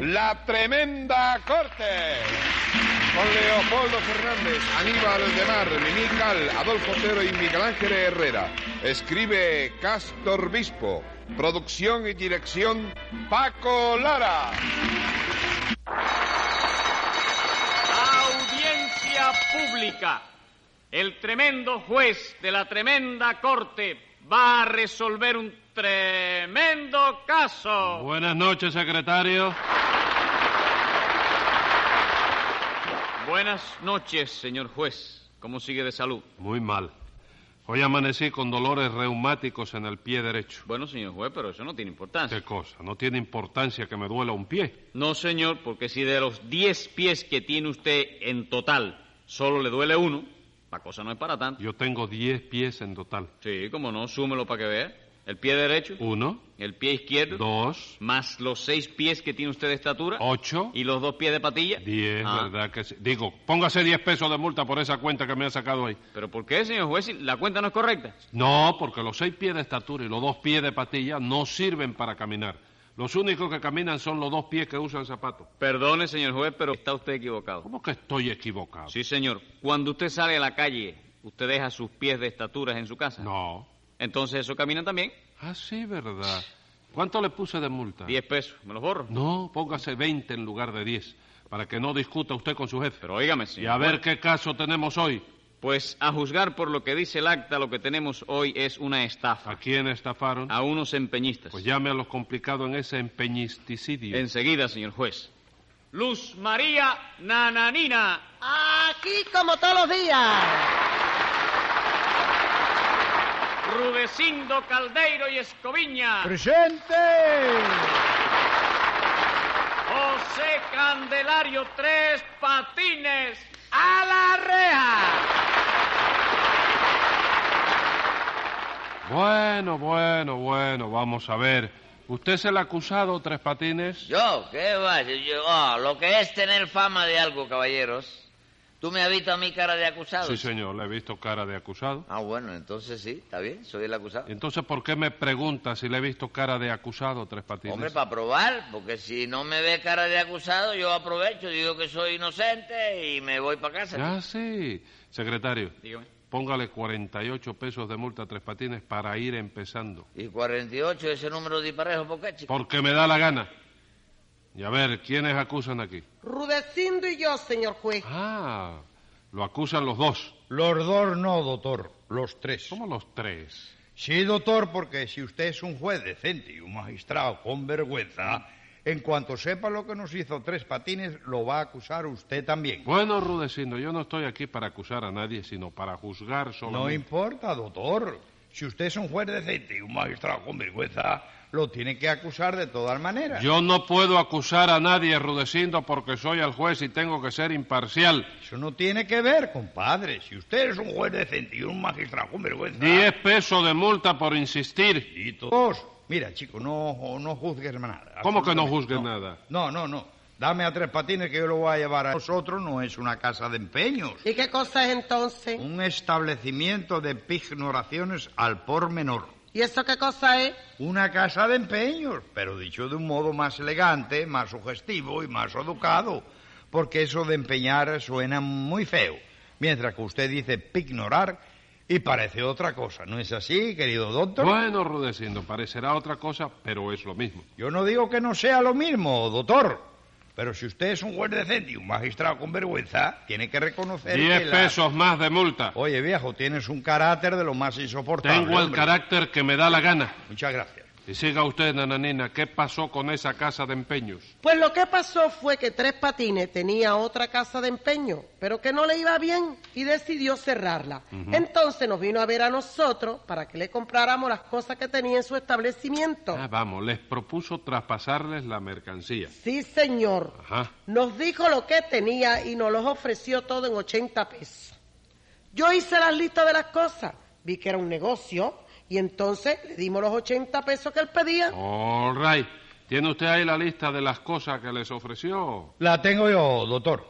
La Tremenda Corte. Con Leopoldo Fernández, Aníbal de Mar, Mimí Cal, Adolfo Otero y Miguel Ángel Herrera. Escribe Castor Bispo. Producción y dirección Paco Lara. Audiencia pública. El tremendo juez de la tremenda corte va a resolver un tremendo caso. Buenas noches, secretario. Buenas noches, señor juez. ¿Cómo sigue de salud? Muy mal. Hoy amanecí con dolores reumáticos en el pie derecho. Bueno, señor juez, pero eso no tiene importancia. ¿Qué cosa? No tiene importancia que me duela un pie. No, señor, porque si de los 10 pies que tiene usted en total solo le duele uno, la cosa no es para tanto. Yo tengo 10 pies en total. Sí, como no, súmelo para que vea. El pie derecho, Uno, el pie izquierdo, dos, más los seis pies que tiene usted de estatura ocho, y los dos pies de patilla. diez, Ah, ¿verdad que sí? Digo, póngase 10 pesos de multa por esa cuenta que me ha sacado ahí. ¿Pero por qué, señor juez? Si La cuenta no es correcta. No, porque los seis pies de estatura y los dos pies de patilla no sirven para caminar. Los únicos que caminan son los dos pies que usan zapatos. Perdone, señor juez, pero está usted equivocado. ¿Cómo que estoy equivocado? Sí, señor. Cuando usted sale a la calle, ¿usted deja sus pies de estaturas en su casa? No. Entonces, ¿eso camina también? Ah, sí, ¿verdad? ¿Cuánto le puse de multa? Diez pesos. ¿Me los borro? Ah. No, póngase 20 en lugar de 10, para que no discuta usted con su jefe. Pero óigame, señor. Y a ver juez, qué caso tenemos hoy. Pues, a juzgar por lo que dice el acta, lo que tenemos hoy es una estafa. ¿A quién estafaron? Ah. A unos empeñistas. Ah, Pues llame a los complicados en ese empeñisticidio. Enseguida, señor juez. Luz María Nananina. Aquí como todos los días. Rudecindo Caldeiro y Escoviña. ¡Presente! José Candelario Tres Patines a la reja. Bueno, bueno, bueno, vamos a ver. ¿Usted es el acusado, Tres Patines? Yo, ¿qué va? Yo- yo- ah, lo que es tener fama de algo, caballeros. ¿Tú me has visto a mí cara de acusado? Sí, señor, le he visto cara de acusado. Ah, bueno, entonces sí, está bien, soy el acusado. Entonces, ¿por qué me pregunta si le he visto cara de acusado, Tres Patines? Hombre, para probar, porque si no me ve cara de acusado, yo aprovecho, digo que soy inocente y me voy para casa. Ah, sí. Secretario, Dígame. póngale 48 pesos de multa a Tres Patines para ir empezando. Y 48, ese número disparejo, ¿por qué, chico? Porque me da la gana. Y a ver, ¿quiénes acusan aquí? Rudecindo y yo, señor juez. Ah, lo acusan los dos. Los dos no, doctor, los tres. Somos los tres. Sí, doctor, porque si usted es un juez decente y un magistrado con vergüenza, en cuanto sepa lo que nos hizo Tres Patines, lo va a acusar usted también. Bueno, Rudecindo, yo no estoy aquí para acusar a nadie, sino para juzgar No solamente. importa, doctor. Si usted es un juez decente y un magistrado con vergüenza, lo tiene que acusar de todas maneras. yo no puedo acusar a nadie, Rudecindo, porque soy el juez y tengo que ser imparcial. Eso no tiene que ver, compadre. Si usted es un juez decente y un magistrado con vergüenza... Diez pesos de multa por insistir. Y todos. Mira, chico, no, no juzgues nada. ¿Cómo que no Absolutamente. juzgues nada? No, no, no. Dame a tres patines que yo lo voy a llevar a nosotros. No es una casa de empeños. ¿Y qué cosa es entonces? Un establecimiento de pignoraciones al por menor. ¿Y eso qué cosa es? Una casa de empeños, pero dicho de un modo más elegante, más sugestivo y más educado. Porque eso de empeñar suena muy feo. Mientras que usted dice pignorar y parece otra cosa. ¿No es así, querido doctor? Bueno, Rudecindo, parecerá otra cosa, pero es lo mismo. Yo no digo que no sea lo mismo, doctor. Pero si usted es un juez decente y un magistrado con vergüenza, tiene que reconocer que Diez la- pesos más de multa. Oye, viejo, tienes un carácter de lo más insoportable. Tengo el hombre. carácter que me da la gana. Muchas gracias. Y siga usted, nananina, ¿qué pasó con esa casa de empeños? Pues lo que pasó fue que Tres Patines tenía otra casa de empeño, pero que no le iba bien y decidió cerrarla. Entonces nos vino a ver a nosotros para que le compráramos las cosas que tenía en su establecimiento. Ah, vamos, les propuso traspasarles la mercancía. Sí, señor. Ajá. Nos dijo lo que tenía y nos los ofreció todo en 80 pesos. Yo hice las listas de las cosas, vi que era un negocio y entonces le dimos los 80 pesos que él pedía. All right. ¿Tiene usted ahí la lista de las cosas que les ofreció? La tengo yo, doctor.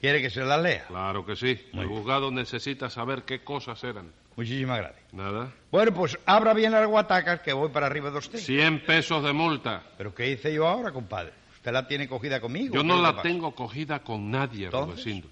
¿Quiere que se la lea? Claro que sí. Muy El bien. juzgado necesita saber qué cosas eran. Muchísimas gracias. ¿Nada? Bueno, pues abra bien las guatacas que voy para arriba de usted. Cien pesos de multa. ¿Pero qué hice yo ahora, compadre? Usted la tiene cogida conmigo. Yo no ¿qué la pasa? tengo cogida con nadie, ¿Entonces? Rudecindo.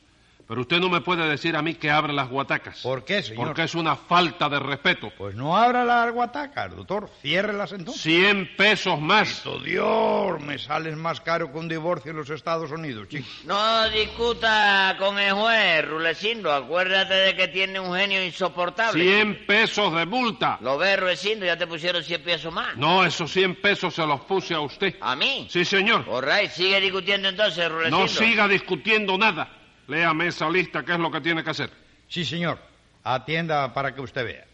Pero usted no me puede decir a mí que abra las guatacas. ¿Por qué, señor? Porque es una falta de respeto. Pues no abra la guataca, doctor. Ciérrelas entonces. Cien pesos más. Santo Dios, me sales más caro que un divorcio en los Estados Unidos, chico. No discuta con el juez, Rulecindo. Acuérdate de que tiene un genio insoportable. Cien pesos de multa. Lo ves, Rulecindo, ya te pusieron 100 pesos más. No, esos cien pesos se los puse a usted. Ah. ¿A mí? Sí, señor. All right, sigue discutiendo entonces, Rulecindo. No siga discutiendo nada. Léame esa lista, qué es lo que tiene que hacer. Sí, señor. Atienda para que usted vea.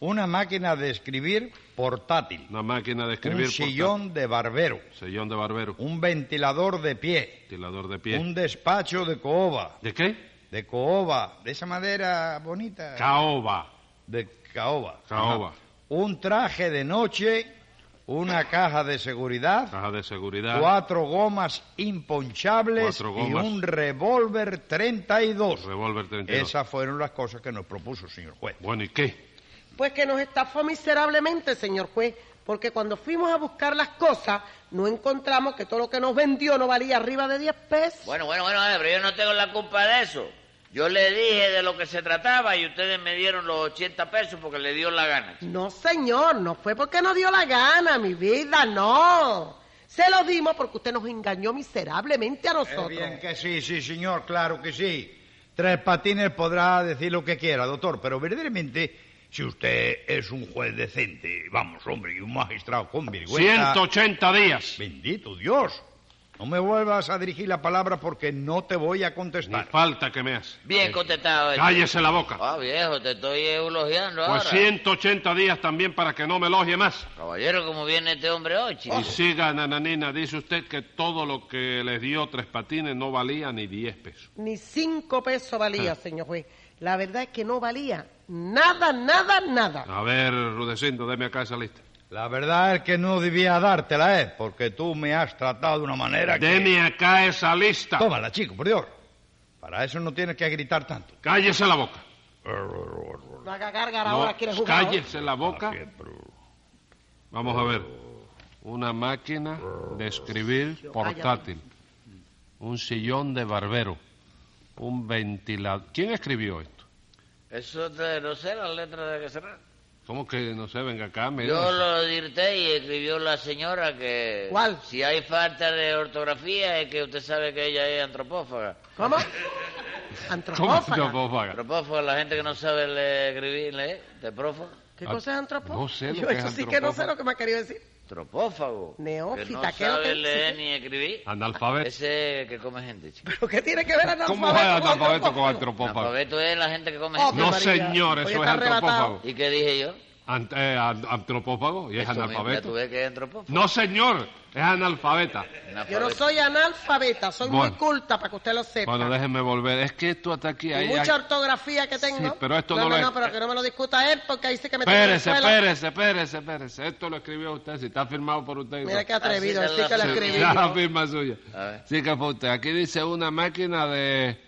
Una máquina de escribir portátil. Una máquina de escribir. un portátil. sillón de barbero. Sillón de barbero. Un ventilador de pie. Tilador de pie. Un despacho de caoba. ¿De qué? De caoba. De esa madera bonita. Caoba. de caoba. Caoba. Ajá. Un traje de noche. Una caja de seguridad. Caja de seguridad. Cuatro gomas imponchables Cuatro gomas. y un revólver 32. Revólver 32. Esas fueron las cosas que nos propuso, señor juez. Bueno, ¿y qué? Pues que nos estafó miserablemente, señor juez, porque cuando fuimos a buscar las cosas, no encontramos que todo lo que nos vendió no valía arriba de 10 pesos. Bueno, bueno, bueno, eh, pero yo no tengo la culpa de eso. Yo le dije de lo que se trataba y ustedes me dieron los 80 pesos porque le dio la gana. No, señor, no fue porque nos dio la gana, mi vida, no. Se lo dimos porque usted nos engañó miserablemente a Eh, nosotros. bien que sí, sí, señor, claro que sí. Tres Patines podrá decir lo que quiera, doctor, pero verdaderamente, si usted es un juez decente, vamos, hombre, y un magistrado con vergüenza... 180 días. ¡Bendito Dios! No me vuelvas a dirigir la palabra porque no te voy a Ni contestar. falta que me hace. Bien contestado. eh. Cállese la boca. Ah, viejo, te estoy elogiando Pues ahora. 180 días también para que no me elogie más. Caballero, ¿cómo viene este hombre hoy, chico? Y siga, nananina, dice usted que todo lo que les dio Tres Patines no valía ni 10 pesos. Ni cinco pesos Ah. valía, señor juez. La verdad es que no valía nada, nada, nada. A ver, Rudecindo, deme acá esa lista. La verdad es que no debía dártela, ¿eh? Porque tú me has tratado de una manera que... Deme acá esa lista. Tómala, chico, por Dios. Para eso no tienes que gritar tanto. Cállese la boca. No haga gárgara No, ahora, quiere jugar. cállese la boca. Vamos a ver. Una máquina de escribir portátil. Un sillón de barbero. Un ventilador. ¿Quién escribió esto? Eso te- no sé las letras de que será. ¿Cómo que no se venga acá? mire? Yo lo dirté y escribió la señora que... ¿Cuál? Si hay falta de ortografía es que usted sabe que ella es antropófaga. ¿Cómo? ¿Cómo Antropófaga. no, Bofaga? Antropófaga, la gente que no sabe le- escribir, leer, de prófago. ¿Qué cosa es antropófaga? No sé lo Yo que es eso sí que no sé antropófago. lo que me ha querido decir. Antropófago. Neófita, que ¿qué es no lo que sabe dice? leer ni escribir. Ah, Analfabeto. Ese que come gente, chico. ¿Pero qué tiene que ver analfabeto ¿Cómo es analfabeto antropófago? con antropófago? Analfabeto es la gente que come Oh, gente. No, María, señor, hoy eso es está arrebatado. antropófago. ¿Y qué dije yo? Ant- eh, an- antropófago y es Eso mismo, Ya analfabeto. tú ves que es antropófago. No, señor, es analfabeta. Yo no soy analfabeta, soy Bueno. muy culta para que usted lo sepa. Bueno, déjeme volver. Es que esto hasta aquí. y ahí- mucha ahí- ortografía que tengo. Sí, pero esto no no, lo no, es. pero que no me lo discuta él porque ahí sí que me tiene en el Espérese, suelo. espérese, espérese, espérese. Esto lo escribió usted, si está firmado por usted. y todo. Mira qué atrevido, Así así se que lo la- escribí. La yo. firma suya. A ver. Sí que fue usted. Aquí dice una máquina de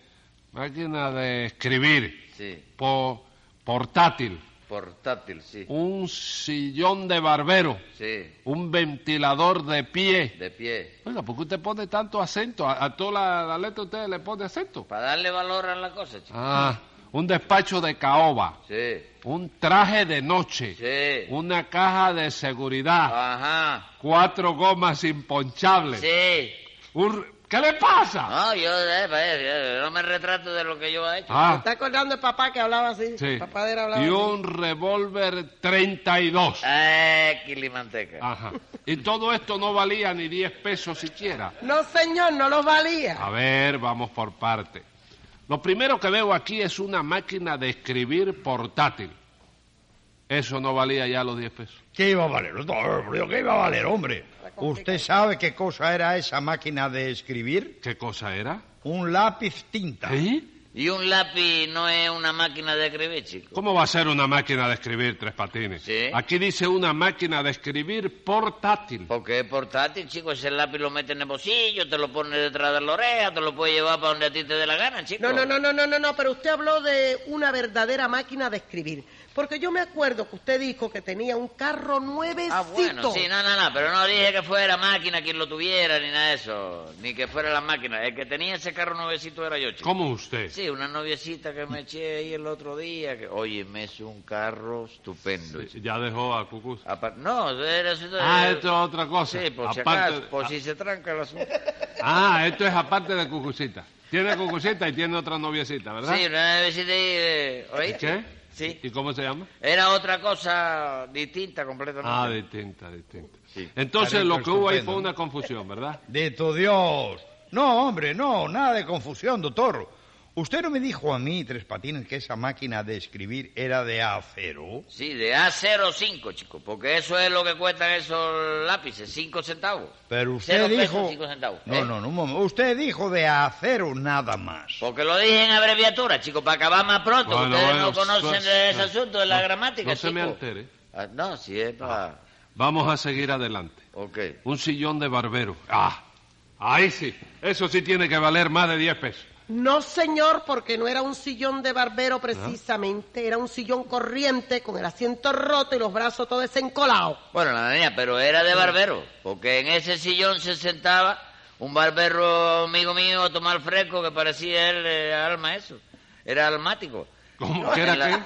máquina de escribir Sí, po- portátil, portátil, sí. un sillón de barbero, Sí, un ventilador de pie. de pie. Oiga, ¿por qué usted pone tanto acento? A, a toda la, la letra usted le pone acento. Para darle valor a la cosa, chico. Ah, un despacho de caoba, Sí, un traje de noche, sí. una caja de seguridad, Ajá. cuatro gomas imponchables. Sí. un- ¿Qué le pasa? No, yo, eh, pues, yo no me retrato de lo que yo he hecho. ¿Me Ah, está acordando el papá que hablaba así? Sí. Papá de él hablaba Y así. un revólver 32. Eh, quilimanteca. Ajá. Y todo esto no valía ni 10 pesos siquiera. No, señor, no lo valía. A ver, vamos por parte. Lo primero que veo aquí es una máquina de escribir portátil. Eso no valía ya los 10 pesos. ¿Qué iba a valer? Doctor, por Dios, ¿Qué iba a valer, hombre? ¿Usted sabe qué cosa era esa máquina de escribir? ¿Qué cosa era? Un lápiz Ah. tinta. ¿Sí? Y un lápiz no es una máquina de escribir, chico. ¿Cómo va a ser una máquina de escribir tres patines? Sí. Aquí dice una máquina de escribir portátil. Porque es portátil, chico. Ese lápiz lo mete en el bolsillo, te lo pone detrás de la oreja, te lo puede llevar para donde a ti te dé la gana, chico. No, no, no, no, no, no, no, pero usted habló de una verdadera máquina de escribir. Porque yo me acuerdo que usted dijo que tenía un carro nuevecito. Ah, bueno, sí, no, no, no, pero no dije que fuera máquina quien lo tuviera, ni nada de eso, ni que fuera la máquina. El que tenía ese carro nuevecito era yo, chico. ¿Cómo usted? Sí, una noviecita que me eché ahí el otro día, que, oye, me es un carro estupendo. chico. Eh, Ya dejó a Cucuz. Apa- No, era eso... Ah, esto es otra cosa. Eh, Sí, por si Aparte- acaso, por si se tranca el asunto. Ah, esto es aparte de Cucucita. Tiene a Cucucita y tiene otra noviecita, ¿verdad? Sí, una noviecita ahí, eh, ¿oíste? ¿Qué? Sí. ¿Y cómo se llama? Era otra cosa distinta completamente. Ah, distinta, distinta. Sí. Entonces Carrito lo que hubo ahí estupendo, fue ¿no? una confusión, ¿verdad? De tu Dios. No, hombre, no, nada de confusión, doctor. Usted no me dijo a mí, Tres Patines, que esa máquina de escribir era de acero. Sí, de A05, chico, porque eso es lo que cuestan esos lápices, 5 centavos. Pero Cero usted pesos, dijo... cinco centavos. No, Eh. no, no, un momento. Usted dijo de acero nada más. Porque lo dije en abreviatura, chico, para acabar más pronto. que Bueno, Ustedes bueno, no conocen so- de ese no, asunto, de la no, gramática, no se me chico. altere. Ah, no, sí, es para... Vamos a seguir adelante. Ok. Un sillón de barbero. Ah, ahí sí. Eso sí tiene que valer más de 10 pesos. No, señor, porque no era un sillón de barbero precisamente, era un sillón corriente con el asiento roto y los brazos todos desencolados. Bueno, la niña, pero era de barbero, porque en ese sillón se sentaba un barbero amigo mío a tomar fresco que parecía él eh, alma eso. Era almático. ¿Cómo que era En la- qué?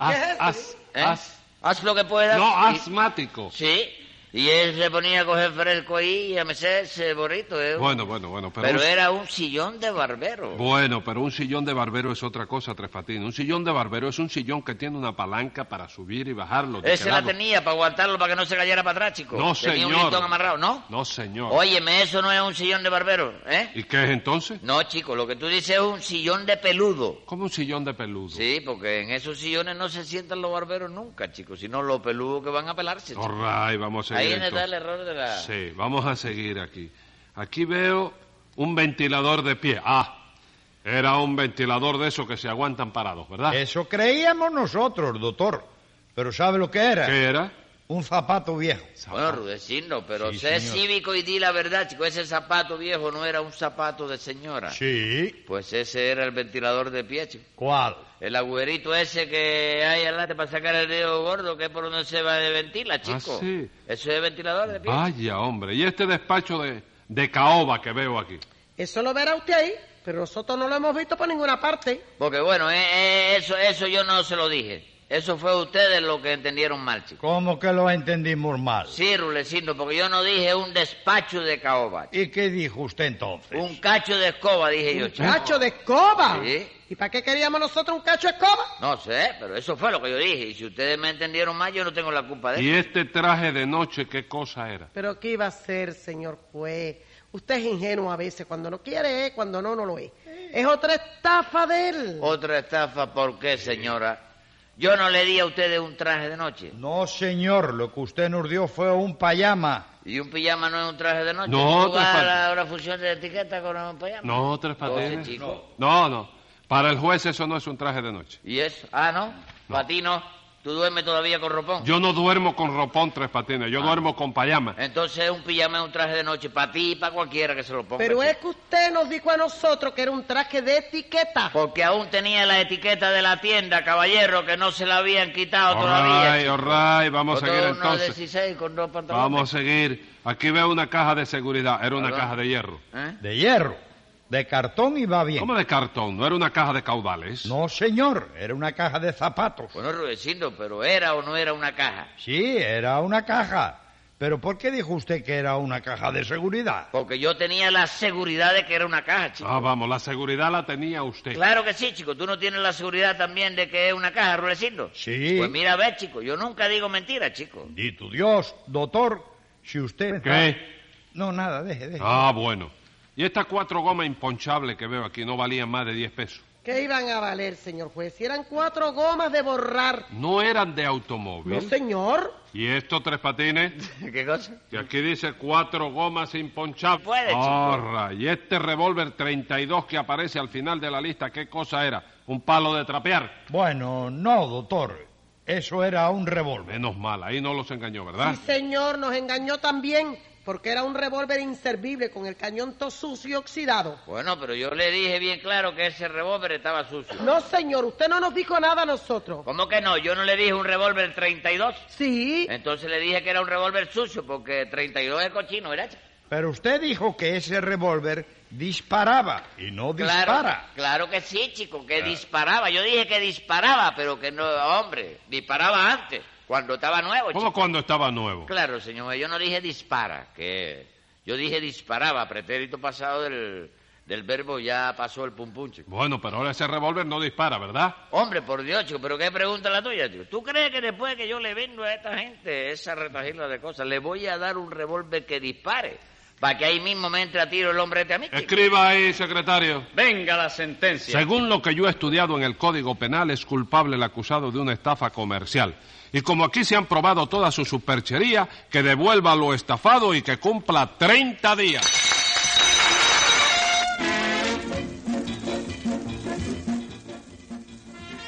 As- as- ¿Eh? as- Haz lo que puedas. no, y- asmático. Sí, y él se ponía a coger fresco ahí y a mecerse bonito. ¿eh? Bueno, bueno, bueno. Pero, pero un- era un sillón de barbero. Bueno, pero un sillón de barbero es otra cosa, Tres Patines. Un sillón de barbero es un sillón que tiene una palanca para subir y bajarlo. Ese la tenía para aguantarlo para que no se cayera para atrás, chico. No, tenía un señor. listón amarrado, ¿no? No, señor. Óyeme, eso no es un sillón de barbero, ¿eh? ¿Y qué es entonces? No, chico, lo que tú dices es un sillón de peludo. Como un sillón de peludo. Sí, porque en esos sillones no se sientan los barberos nunca, chicos, sino los peludos que van a pelarse. chico. All right, vamos a Ahí seguir. es donde está entonces. el error de la... Sí, vamos a seguir aquí. Aquí veo un ventilador de pie. Ah, era un ventilador de esos que se aguantan parados, Ah. ¿verdad? Eso creíamos nosotros, doctor. Pero ¿sabe lo que era? ¿Qué era? Un zapato viejo. Bueno, Rudecindo, pero Sí, sé señor. cívico y di la verdad, chico. Ese zapato viejo no era un zapato de señora. Sí. Pues ese era el ventilador de pie, chico. ¿Cuál? El agüerito ese que hay al late para sacar el dedo gordo, que es por donde se va de Ah, ventila, chico. sí. Eso es ventilador de pie. Vaya, hombre. ¿Y este despacho de, de caoba que veo aquí? Eso lo verá usted ahí, pero nosotros no lo hemos visto por ninguna parte. Porque bueno, eh, eh, eso, eso yo no se lo dije. Eso fue ustedes lo que entendieron mal, chico. ¿Cómo que lo entendimos mal? Sí, Rulecindo, porque yo no dije un despacho de caoba. chico. ¿Y qué dijo usted entonces? Un cacho de escoba, dije yo, Un chico. cacho de escoba. Sí. ¿Y para qué queríamos nosotros un cacho de escoba? No sé, pero eso fue lo que yo dije. Y si ustedes me entendieron mal, yo no tengo la culpa de ¿Y eso. este traje de noche qué cosa era? Pero ¿qué iba a ser, señor juez? Usted es ingenuo a veces, cuando no quiere es, cuando no, no lo es. Es otra estafa de él. Otra estafa, ¿por qué, señora? Yo no le di a ustedes un traje de noche. No, señor, lo que usted nos dio fue un payama. ¿Y un pijama no es un traje de noche? No, ¿Tú vas Tres a la, Patines. a la función de etiqueta con un pijama? No, Tres Entonces, Patines. chico. No, no. Para el juez eso no es un traje de noche. ¿Y eso? Ah, ¿no? Para ti no. ¿Tú duermes todavía con ropón? Yo no duermo con ropón, Tres Patines. Yo duermo con payama. Entonces un pijama es un traje de noche para ti y para cualquiera que se lo ponga. Pero chico. es que usted nos dijo a nosotros que era un traje de etiqueta. Porque aún tenía la etiqueta de la tienda, caballero, que no se la habían quitado todavía. All right, chico. all right, Vamos a Otro seguir uno entonces. 16 con dos pantalones. Vamos a seguir. Aquí veo una caja de seguridad. Era una Perdón. caja de hierro. ¿Eh? De hierro. De cartón y va bien. ¿Cómo de cartón? ¿No era una caja de caudales? No, señor, era una caja de zapatos. Bueno, Rudecindo, pero era o no era una caja. Sí, era una caja. Pero ¿por qué dijo usted que era una caja de seguridad? Porque yo tenía la seguridad de que era una caja, chico. Ah, vamos, la seguridad la tenía usted. Claro que sí, chico. Tú no tienes la seguridad también de que es una caja, Rudecindo. Sí. Pues mira, a ver, chico. Yo nunca digo mentira, chico. Y tu Dios, doctor, si usted... ¿Qué? No, nada, deje, deje. Ah, bueno. Y estas cuatro gomas imponchables que veo aquí no valían más de 10 pesos. ¿Qué iban a valer, señor juez? Si eran cuatro gomas de borrar. No eran de No, automóvil. señor. ¿Y estos tres patines? ¿Qué cosa? Que aquí dice cuatro gomas imponchables. Puede, chico. Ahora, y este revólver 32 que aparece al final de la lista, ¿qué cosa era? ¿Un palo de trapear? Bueno, no, doctor. Eso era un revólver. Menos mal, ahí no los engañó, ¿verdad? Sí, señor, nos engañó también. porque era un revólver inservible con el cañón todo sucio y oxidado. Bueno, pero yo le dije bien claro que ese revólver estaba sucio. No, señor, usted no nos dijo nada a nosotros. ¿Cómo que no? Yo no le dije un revólver 32. Sí, Entonces le dije que era un revólver sucio porque 32 es cochino, ¿verdad? Pero usted dijo que ese revólver disparaba y no Claro, dispara. claro que sí, chico, que disparaba. Yo dije que disparaba, pero que no, hombre, disparaba antes, cuando estaba nuevo, ¿Cómo chico. cuando estaba nuevo? Claro, señor, yo no dije dispara, que yo dije disparaba, pretérito pasado del, del verbo ya pasó el pum pum, chico. Bueno, pero ahora ese revólver no dispara, ¿verdad? Hombre, por Dios, chico, pero qué pregunta la tuya, chico. ¿Tú crees que después que yo le vendo a esta gente esa retajila de cosas, le voy a dar un revólver que dispare? Para que ahí mismo me entre a tiro el hombre este a mí, chico? Escriba ahí, secretario. Venga la sentencia. Según lo que yo he estudiado en el Código Penal, es culpable el acusado de una estafa comercial. Y como aquí se han probado todas sus supercherías, que devuelva lo estafado y que cumpla 30 días.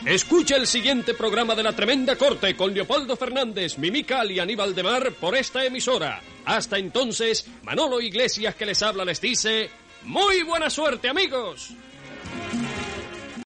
Escucha el siguiente programa de La Tremenda Corte con Leopoldo Fernández, Mimical y Aníbal de Mar por esta emisora. Hasta entonces, Manolo Iglesias que les habla les dice, ¡Muy buena suerte amigos!